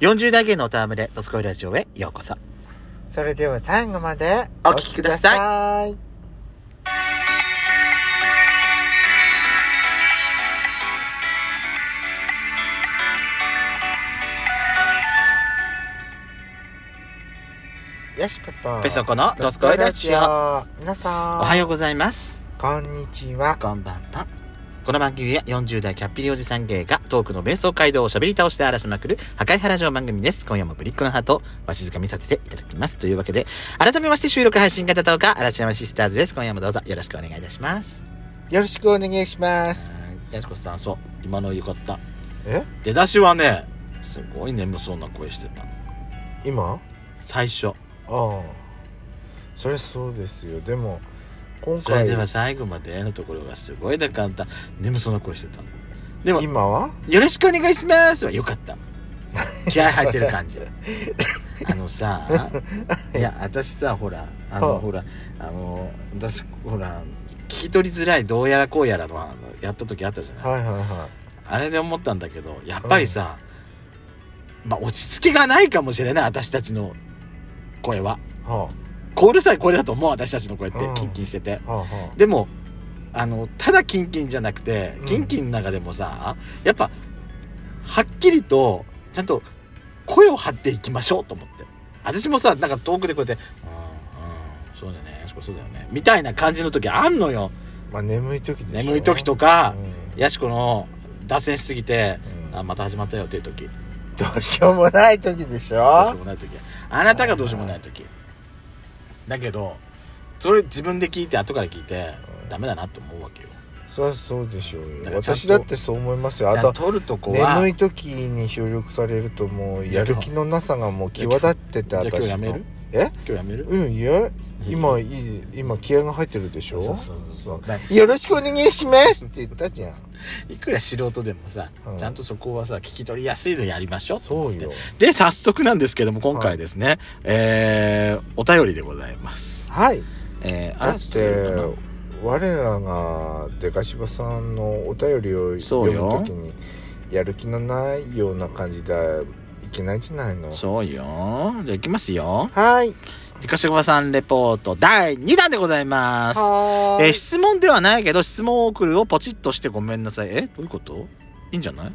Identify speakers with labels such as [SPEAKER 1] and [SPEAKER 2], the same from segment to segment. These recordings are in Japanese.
[SPEAKER 1] 40代芸のおたわむれ、ドスコイラジオへようこそ。
[SPEAKER 2] それでは最後まで
[SPEAKER 1] お聞きくださ
[SPEAKER 2] お聞きください。よしこと
[SPEAKER 1] ペソコのドスコイラジオ
[SPEAKER 2] 皆さん
[SPEAKER 1] おはようございます。
[SPEAKER 2] こんにちは
[SPEAKER 1] こんばんは。この番組は40代キャッピリおじさん芸がトークの瞑想街道を喋り倒して荒らしまくる破壊原城番組です。今夜もぶりっ子のハートをわしづかみさせていただきます。というわけで、改めまして収録配信型動画、嵐山シスターズです。今夜もどうぞよろしくお願いいたします。
[SPEAKER 2] よろしくお願いします
[SPEAKER 1] やしこさん、そう、今のよかった。
[SPEAKER 2] え
[SPEAKER 1] 出だしはね、すごい眠そうな声してた。
[SPEAKER 2] 今
[SPEAKER 1] 最初。
[SPEAKER 2] ああそれそうですよでも今
[SPEAKER 1] それ
[SPEAKER 2] 回
[SPEAKER 1] では最後までのところがすごいだ簡単眠そうな声してたのでも「よ
[SPEAKER 2] 今は
[SPEAKER 1] ろしくお願いします」はよか った気合入ってる感じあの さいや私さほらあ
[SPEAKER 2] は
[SPEAKER 1] の
[SPEAKER 2] あ
[SPEAKER 1] ほらあの私ほら聞き取りづらいどうやらこうやらのあのやった時あったじゃない、
[SPEAKER 2] はいはいは
[SPEAKER 1] あれで思ったんだけどやっぱりさ、まあ落ち着きがないかもしれない私たちの声はい
[SPEAKER 2] は
[SPEAKER 1] コールさえこれだと思う私たちの声って、
[SPEAKER 2] うん
[SPEAKER 1] キンキンしてて
[SPEAKER 2] あはあは
[SPEAKER 1] でもあのただキンキンじゃなくて
[SPEAKER 2] うん
[SPEAKER 1] キンキンの中でもさ、やっぱはっきりとちゃんと声を張っていきましょうと思って私もさなんか遠くでこうやって「うんうんそうだよねあそこそうだよね」みたいな感じの時あんのよ
[SPEAKER 2] あまあ眠い時でしょ
[SPEAKER 1] 眠い時とか
[SPEAKER 2] う、ん
[SPEAKER 1] やしこの脱線しすぎて「
[SPEAKER 2] うん
[SPEAKER 1] あまた始まったよ」っていう時ど
[SPEAKER 2] どうしようもない時でし
[SPEAKER 1] うしよ
[SPEAKER 2] ょ
[SPEAKER 1] うもない時あなたがどうしようもない時だけどそれ自分で聞いて後から聞いてダメだなと思うわけよ
[SPEAKER 2] そりゃそうでしょう
[SPEAKER 1] だか
[SPEAKER 2] よ
[SPEAKER 1] らちゃんと
[SPEAKER 2] 私だってそう思いますよあ
[SPEAKER 1] じゃあ
[SPEAKER 2] と
[SPEAKER 1] 取るとこは
[SPEAKER 2] 眠い時に協力されるともうやる気のなさがもう際立ってて
[SPEAKER 1] じゃあ今日
[SPEAKER 2] 私
[SPEAKER 1] や
[SPEAKER 2] の
[SPEAKER 1] める
[SPEAKER 2] え
[SPEAKER 1] 今日やめる
[SPEAKER 2] うんいや今いい今気合が入ってるでしょ
[SPEAKER 1] そうそうそうそう
[SPEAKER 2] よろしくお願いしますって言ったじゃん
[SPEAKER 1] いくら素人でもさ、
[SPEAKER 2] うん
[SPEAKER 1] ちゃんとそこはさ聞き取りやすいのやりましょうと思
[SPEAKER 2] そう
[SPEAKER 1] って
[SPEAKER 2] よ
[SPEAKER 1] で早速なんですけども今回ですね、えー、お便りでございます
[SPEAKER 2] はい
[SPEAKER 1] えー、
[SPEAKER 2] だっ
[SPEAKER 1] ちょと
[SPEAKER 2] て
[SPEAKER 1] 読むか
[SPEAKER 2] 我らがデカシバさんのお便りを
[SPEAKER 1] そう
[SPEAKER 2] 読
[SPEAKER 1] よ
[SPEAKER 2] むときにやる気のないような感じでいけないんじゃないの
[SPEAKER 1] なそうよじゃあいきますよ
[SPEAKER 2] はい
[SPEAKER 1] デカシゴバさんレポート第2弾でございます
[SPEAKER 2] は
[SPEAKER 1] え
[SPEAKER 2] ー
[SPEAKER 1] ー
[SPEAKER 2] い
[SPEAKER 1] 質問ではないけど質問送るをポチッとしてごめんなさいえどういうこといいんじゃない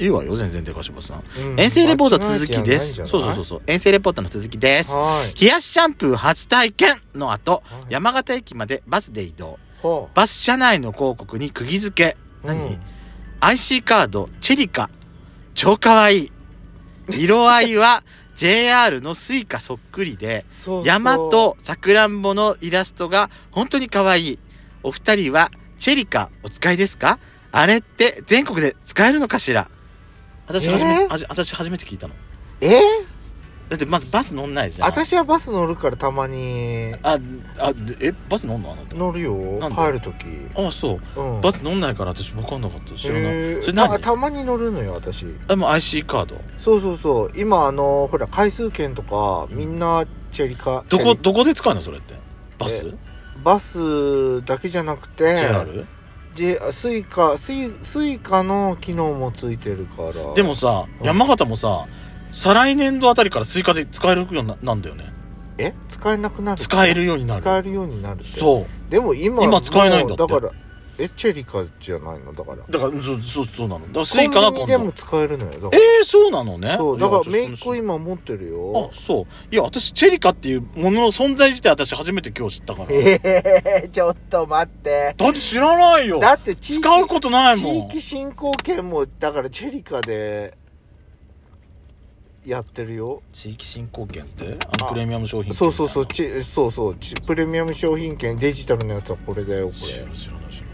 [SPEAKER 1] いいわよ全然デカシゴバさん
[SPEAKER 2] うん
[SPEAKER 1] 遠征レポート続きです。
[SPEAKER 2] 間違えてやんないんじゃない
[SPEAKER 1] そうそうそうそう。遠征レポートの続きです。
[SPEAKER 2] はい
[SPEAKER 1] 冷やしシャンプー初体験の後、
[SPEAKER 2] はい
[SPEAKER 1] 山形駅までバスで移動。
[SPEAKER 2] ほ
[SPEAKER 1] バス車内の広告に釘付け。
[SPEAKER 2] う
[SPEAKER 1] 何、
[SPEAKER 2] うん
[SPEAKER 1] ?IC カード、チェリカ。超かわいい。色合いは JR のスイカそっくりで、
[SPEAKER 2] そうそう
[SPEAKER 1] 山とさくらんぼのイラストが本当にかわいい。お二人はチェリカお使いですかあれって全国で使えるのかしら私初め、
[SPEAKER 2] えー
[SPEAKER 1] あじ私初めて聞いたの。
[SPEAKER 2] えー
[SPEAKER 1] だってまずバス乗んないじゃん
[SPEAKER 2] 私はバス乗るからたまに
[SPEAKER 1] ああでえバス乗んのあなた
[SPEAKER 2] 乗るよ
[SPEAKER 1] なんで
[SPEAKER 2] 帰る時
[SPEAKER 1] あそう
[SPEAKER 2] うん
[SPEAKER 1] バス乗んないから私分かんなかった知らない、
[SPEAKER 2] へー
[SPEAKER 1] それ何
[SPEAKER 2] たたまに乗るのよ私
[SPEAKER 1] あもう IC カード
[SPEAKER 2] そうそうそう今あのほら回数券とかみんなチェリカ
[SPEAKER 1] ど
[SPEAKER 2] チェ
[SPEAKER 1] こ
[SPEAKER 2] リ
[SPEAKER 1] どこで使うのそれってバス、
[SPEAKER 2] バスだけじゃなくて
[SPEAKER 1] JR、
[SPEAKER 2] J- あスイカスイスイカの機能もついてるから
[SPEAKER 1] でもさ、
[SPEAKER 2] うん
[SPEAKER 1] 山形もさ再来年度あたりから追加で使えるようななんだよね
[SPEAKER 2] え使えなくなる
[SPEAKER 1] 使えるようになる
[SPEAKER 2] 使えるようになるって
[SPEAKER 1] そう
[SPEAKER 2] でも今
[SPEAKER 1] 今使えないんだって
[SPEAKER 2] もうからえチェリカじゃないのだから
[SPEAKER 1] だからそうそうそうなのだからスイカが
[SPEAKER 2] コンビ
[SPEAKER 1] 今
[SPEAKER 2] ニでも
[SPEAKER 1] 度
[SPEAKER 2] 使えるのよだか
[SPEAKER 1] え
[SPEAKER 2] ら
[SPEAKER 1] ー、そうなのね
[SPEAKER 2] そうだからメイ
[SPEAKER 1] ク
[SPEAKER 2] ク今持ってる
[SPEAKER 1] あ
[SPEAKER 2] よ
[SPEAKER 1] そういや私チェリカっていうものの存在自体私初めて今日知ったからだ
[SPEAKER 2] ええー、ちょっと待って
[SPEAKER 1] って知らないよ
[SPEAKER 2] だって地域
[SPEAKER 1] 使うことない
[SPEAKER 2] 地
[SPEAKER 1] もん
[SPEAKER 2] 域振興券もだからチェリカでやってるよ
[SPEAKER 1] 地域振興券ってあのプレミアム商品券
[SPEAKER 2] そうそうそう
[SPEAKER 1] みたい
[SPEAKER 2] ちそうそうちプレミアム商品券デジタルのやつはこれだよこ
[SPEAKER 1] な知ら
[SPEAKER 2] れ
[SPEAKER 1] ない知らない知らない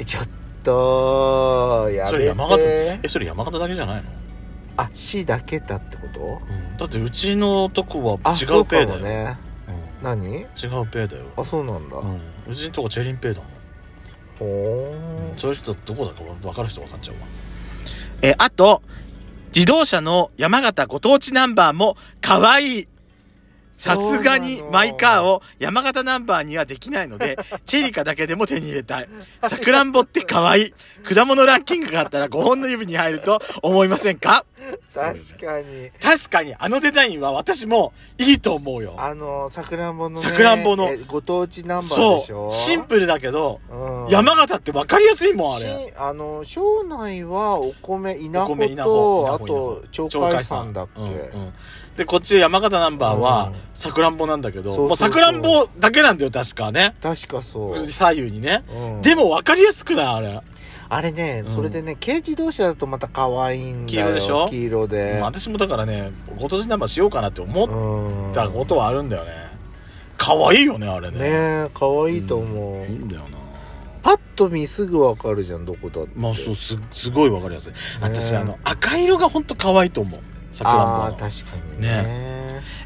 [SPEAKER 2] えちょっとやめて
[SPEAKER 1] それ山形えそれ山形だけじゃないの、
[SPEAKER 2] あ市だけだってこと
[SPEAKER 1] だってうちのとこ
[SPEAKER 2] あ
[SPEAKER 1] は違うペイだよ、
[SPEAKER 2] そうかもね
[SPEAKER 1] う
[SPEAKER 2] 何
[SPEAKER 1] ん、違うペイだよ、
[SPEAKER 2] あそうなんだ、
[SPEAKER 1] うん、うちのとこチェリンペイだもん
[SPEAKER 2] ほー
[SPEAKER 1] そういう人どこだか分かる人分かっちゃうわえあと自動車の山形ご当地ナンバーも可愛いさすが
[SPEAKER 2] そう
[SPEAKER 1] に
[SPEAKER 2] なの
[SPEAKER 1] マイカーを山形ナンバーにはできないの で、チェリカだけでも手に入れたい。さくらんぼって可愛い。果物ランキングがあったら5本の指に入ると思いませんか
[SPEAKER 2] 確かに
[SPEAKER 1] 確かにあのデザインは私もいいと思うよ。
[SPEAKER 2] あのさくらんぼのね
[SPEAKER 1] さくらんぼの
[SPEAKER 2] えご当地ナンバーでし
[SPEAKER 1] そ
[SPEAKER 2] ょ
[SPEAKER 1] う。シンプルだけど、
[SPEAKER 2] うん
[SPEAKER 1] 山形ってわかりやすいもん、あれ。
[SPEAKER 2] しあの庄内はお米稲
[SPEAKER 1] お米
[SPEAKER 2] 穂
[SPEAKER 1] 稲
[SPEAKER 2] と
[SPEAKER 1] 穂
[SPEAKER 2] あと鳥海山だっけ、
[SPEAKER 1] うんうんで、こっち山形ナンバー
[SPEAKER 2] う
[SPEAKER 1] は
[SPEAKER 2] ん、
[SPEAKER 1] さくらんぼなんだけど、
[SPEAKER 2] そう
[SPEAKER 1] も
[SPEAKER 2] そう
[SPEAKER 1] さ
[SPEAKER 2] うそう
[SPEAKER 1] くらんぼだけなんだよ、確かね。
[SPEAKER 2] 確かそう、
[SPEAKER 1] 左右にね。
[SPEAKER 2] うん
[SPEAKER 1] でもわかりやすくないあれ。
[SPEAKER 2] あれね、
[SPEAKER 1] うん
[SPEAKER 2] それでね軽自動車だとまた可愛いんだよ
[SPEAKER 1] 黄色でしょ
[SPEAKER 2] 黄色で、
[SPEAKER 1] まあ私もだからね、ご当地ナンバーしようかなって思っ
[SPEAKER 2] うん
[SPEAKER 1] たことはあるんだよね。可愛いよね、あれね。
[SPEAKER 2] ねえ可愛いと思う、
[SPEAKER 1] いいんだよな。
[SPEAKER 2] パッと見すぐわかるじゃんどこだって
[SPEAKER 1] まあそう、す、すごいわかりやすい。私、
[SPEAKER 2] ね
[SPEAKER 1] あの、赤色がほんと可愛いと思う。さくらんぼ
[SPEAKER 2] ああ
[SPEAKER 1] の。
[SPEAKER 2] 確かにね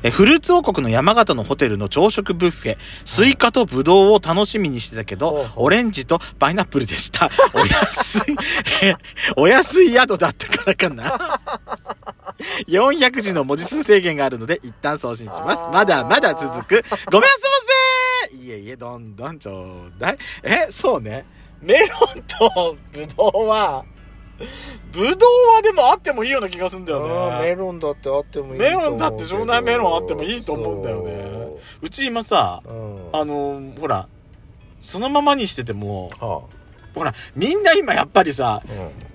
[SPEAKER 1] えーフルーツ王国の山形のホテルの朝食ブッフェ、スイカとブドウを楽しみにしてたけ
[SPEAKER 2] ほう
[SPEAKER 1] ど、
[SPEAKER 2] ほう
[SPEAKER 1] オレンジとパイナップルでした。 お安い、えーお安い宿だったからかな。400字の文字数制限があるので、一旦送信します。まだまだ続く。ごめんすみませんいえいえ、どんどんちょうだい。え、そうね。メロンとブドウは、ブドウはでもあってもいいような気がするんだよね。
[SPEAKER 2] うんメロンだってあってもいい
[SPEAKER 1] メロンだって庄内メロンあってもいいと思うんだよねうち今さ
[SPEAKER 2] そううん
[SPEAKER 1] あのーほらそのままにしてても
[SPEAKER 2] は
[SPEAKER 1] ほらみんな今やっぱりさ
[SPEAKER 2] あ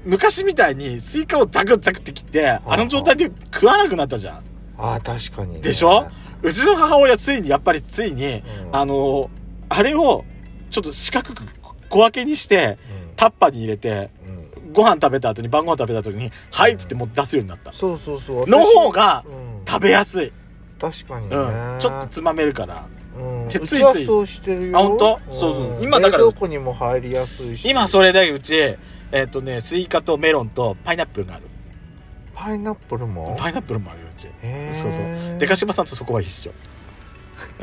[SPEAKER 2] うん
[SPEAKER 1] 昔みたいにスイカをザクザクって切ってあの状態で食わなくなったじゃん
[SPEAKER 2] ああ確かにね、
[SPEAKER 1] でしょうちの母親ついにやっぱりついに
[SPEAKER 2] うん
[SPEAKER 1] あのーあれをちょっと四角く小分けにして
[SPEAKER 2] うん
[SPEAKER 1] タッパーに入れて
[SPEAKER 2] うん
[SPEAKER 1] ご飯食べた後に晩ご飯食べた時に「はい」っつってもう出すようになった
[SPEAKER 2] そうそうそう
[SPEAKER 1] の方が
[SPEAKER 2] うん
[SPEAKER 1] 食べやすい、
[SPEAKER 2] 確かにね、
[SPEAKER 1] うん、ちょっとつまめるから
[SPEAKER 2] うん、う
[SPEAKER 1] 手ついつい
[SPEAKER 2] ちはそうしてるよ
[SPEAKER 1] あ本当そうそうん今だから
[SPEAKER 2] 冷蔵庫にも入りやすいし
[SPEAKER 1] 今それでうちえっ、とねスイカとメロンとパイナップルがある
[SPEAKER 2] パイナップルも
[SPEAKER 1] パイナップルもあるようち
[SPEAKER 2] へー
[SPEAKER 1] そうそうでかしばさんとそこは一緒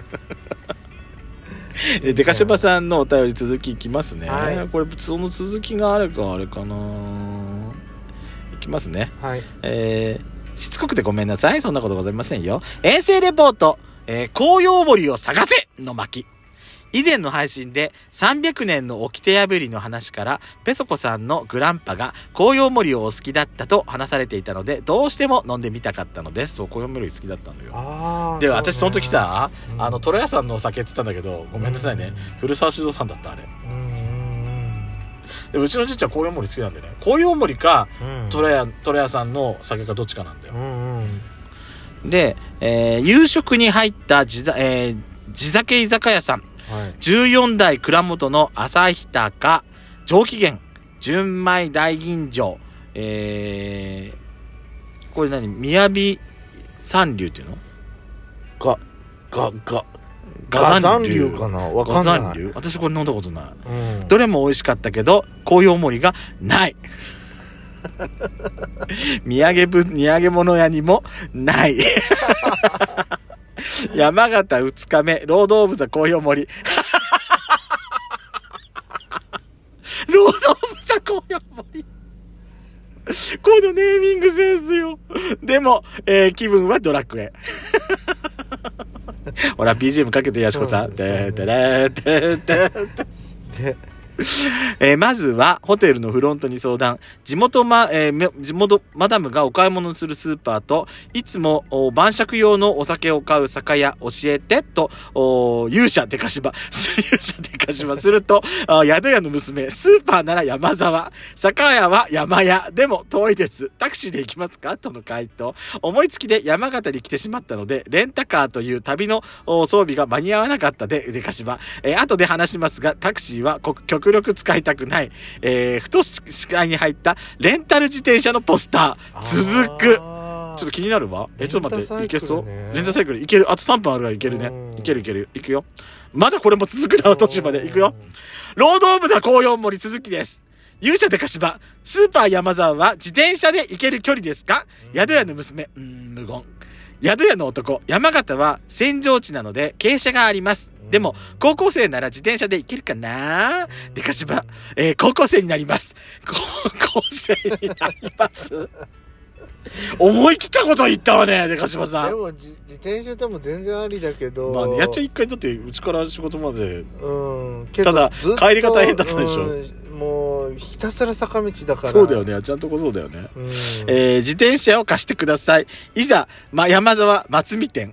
[SPEAKER 1] ででかしばさんのお便り続きいきますね、
[SPEAKER 2] はい
[SPEAKER 1] これその続きがあるかあれかないきますね
[SPEAKER 2] はい
[SPEAKER 1] えーしつこくてごめんなさい。そんなことございませんよ。遠征レポート、えー紅葉堀を探せの巻。以前の配信で300年の掟破りの話からペソコさんのグランパが紅葉森をお好きだったと話されていたのでどうしても飲んでみたかったのですそう紅葉森好きだったのよ
[SPEAKER 2] ああ
[SPEAKER 1] で私その時さ、
[SPEAKER 2] うん
[SPEAKER 1] あのトロヤさんのお酒っつったんだけどごめんなさいね、古澤酒造さんだったあれ
[SPEAKER 2] うんうん
[SPEAKER 1] でうちのじいちゃん紅葉森好きなんでね紅葉森か
[SPEAKER 2] うんうん
[SPEAKER 1] トロヤトロヤさんの酒かどっちかなんだよ
[SPEAKER 2] うんうん
[SPEAKER 1] で、えー夕食に入った地ざ、えー地酒居酒屋さん
[SPEAKER 2] はい
[SPEAKER 1] 14代蔵元の旭高上機嫌純米大吟醸えー、これ何雅三流っていうの
[SPEAKER 2] ががが
[SPEAKER 1] が
[SPEAKER 2] が残流かなわかんない
[SPEAKER 1] が残流私これ飲んだことない
[SPEAKER 2] うん
[SPEAKER 1] どれも美味しかったけど紅葉盛りがない 土産ぶ土産物屋にもない 山形2日目ロード・オブ・ザ・紅葉 盛りロード・オブ・ザ・紅葉盛りこのネーミングセンスよでも、えー気分はドラク エほら BGM かけてやしこさん「
[SPEAKER 2] そうで
[SPEAKER 1] て
[SPEAKER 2] すね
[SPEAKER 1] ーてれーてーてー
[SPEAKER 2] で
[SPEAKER 1] えーまずはホテルのフロントに相談地元,、まえーめ地元マダムがお買い物するスーパーといつもお晩酌用のお酒を買う酒屋教えてとお勇者でかしば 勇者でかしばするとあ宿屋の娘スーパーなら山沢酒屋は山屋でも遠いですタクシーで行きますかとの回答思いつきで山形に来てしまったのでレンタカーという旅のお装備が間に合わなかったででかしばえー後で話しますが、タクシーはこ極力使いたくない、えーふと視視界に入ったレンタル自転車のポスター、続く。ちょっと
[SPEAKER 2] と
[SPEAKER 1] 気になるわ。え、ちょっと待って、
[SPEAKER 2] レンタサイクルね
[SPEAKER 1] いけそうレンタサイクル、いける。あと3分あるからいけるね
[SPEAKER 2] う。ん
[SPEAKER 1] いけるいける。いくよ。まだこれも続くだろ、途中まで。いくよ。ロードオブザ紅葉森続きです。勇者でかしば、スーパー山沢は自転車で行ける距離ですか、
[SPEAKER 2] うん
[SPEAKER 1] 宿屋の娘、うーん、無言。宿屋の男、山形は扇状地なので傾斜があります。でも、高校生なら自転車で行けるかなでかしば、 えー高校生になります。高校生になります。思い切ったこと言ったわね、でかしばさ
[SPEAKER 2] で
[SPEAKER 1] ん。
[SPEAKER 2] もじ自転車でも全然ありだけど
[SPEAKER 1] まあね、やっちゃ一回だって、うちから仕事まで、
[SPEAKER 2] うんけ
[SPEAKER 1] た
[SPEAKER 2] ど
[SPEAKER 1] だ
[SPEAKER 2] ずっと
[SPEAKER 1] 帰りが大変だったでしょ
[SPEAKER 2] うんもうひたすら坂道だから
[SPEAKER 1] そうだよね、ちゃんとこそうだよね。
[SPEAKER 2] うん
[SPEAKER 1] えー自転車を貸してください。いざ、ま、山沢松見店、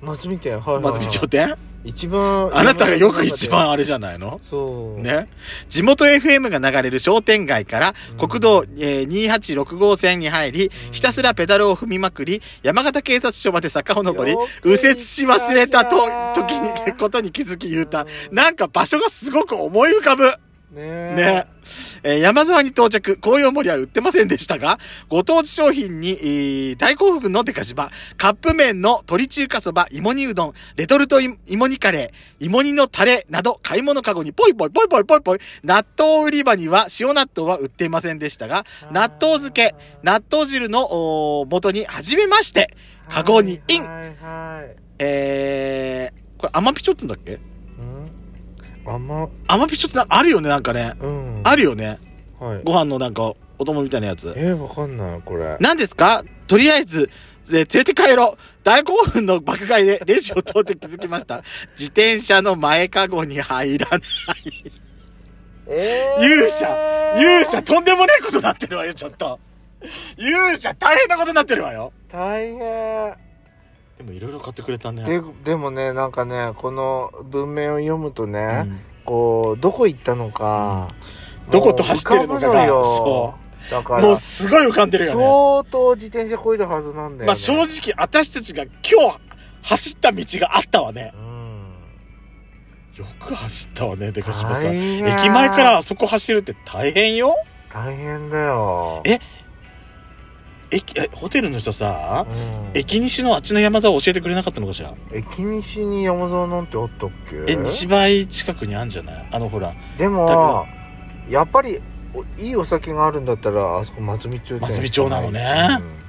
[SPEAKER 2] 松見店はいはいはい
[SPEAKER 1] 松見町店
[SPEAKER 2] 一番
[SPEAKER 1] あなたがよく一番あれじゃないの
[SPEAKER 2] そう
[SPEAKER 1] ね。地元 FM が流れる商店街から
[SPEAKER 2] うん
[SPEAKER 1] 国道、えー286号線に入り、
[SPEAKER 2] うん
[SPEAKER 1] ひたすらペダルを踏みまくり、山形警察署まで坂を登り
[SPEAKER 2] よ、く
[SPEAKER 1] 右折し忘れたと
[SPEAKER 2] 行ったじゃん
[SPEAKER 1] 時に、ことに気づき言うた。
[SPEAKER 2] うん
[SPEAKER 1] なんか場所がすごく思い浮かぶ。
[SPEAKER 2] ね
[SPEAKER 1] ね。えー山沢に到着、紅葉森は売ってませんでしたが、ご当地商品に、えー大興奮のデカシバ、カップ麺の鶏中華そば、芋煮うどん、レトルトい芋煮カレー、芋煮のタレなど、買い物かごにポイポイポイポイポイポイ、納豆売り場には塩納豆は売っていませんでしたが、納豆漬け、納豆汁の、おー元に、はじめまして、カゴにイン
[SPEAKER 2] はいはいはい
[SPEAKER 1] えー、これ、アマピチョってんだっけ
[SPEAKER 2] うんあんま
[SPEAKER 1] アマピチョってなあるよね、なんかね。
[SPEAKER 2] うん
[SPEAKER 1] あるよね。
[SPEAKER 2] はい
[SPEAKER 1] ご飯のなんか、お供みたいなやつ。
[SPEAKER 2] えー、わかんないこれ
[SPEAKER 1] 何ですかとりあえず、えー連れて帰ろう大興奮の爆買いでレジを通って気づきました。自転車の前かごに入らない。
[SPEAKER 2] えー
[SPEAKER 1] 勇者勇者とんでもねえことになってるわよ、ちょっと。勇者大変なことになってるわよ。
[SPEAKER 2] 大変
[SPEAKER 1] でもいろいろ買ってくれたね
[SPEAKER 2] ででもねなんかねこの文面を読むとね、
[SPEAKER 1] うん
[SPEAKER 2] こうどこ行ったのか、
[SPEAKER 1] うんどこと走ってるのかが
[SPEAKER 2] もう浮ぶよ
[SPEAKER 1] そ
[SPEAKER 2] だから
[SPEAKER 1] もうすごい浮かんでるよね。
[SPEAKER 2] 相当自転車こいだはずなんだよ、ね、
[SPEAKER 1] まあ正直、私たちが今日走った道があったわね。
[SPEAKER 2] うん
[SPEAKER 1] よく走ったわね、でかしばさん。
[SPEAKER 2] 大変
[SPEAKER 1] 駅前からあそこ走るって大変よ。
[SPEAKER 2] 大変だよ
[SPEAKER 1] え駅、え、ホテルの人さ、
[SPEAKER 2] うん
[SPEAKER 1] 駅西のあっちの山沢教えてくれなかったのかしら
[SPEAKER 2] 駅西に山沢なんてあったっけ
[SPEAKER 1] え西倍近くにあんじゃないあのほら
[SPEAKER 2] で
[SPEAKER 1] 多
[SPEAKER 2] もやっぱりおいいお酒があるんだったらあそこ松見町
[SPEAKER 1] 松見町なのね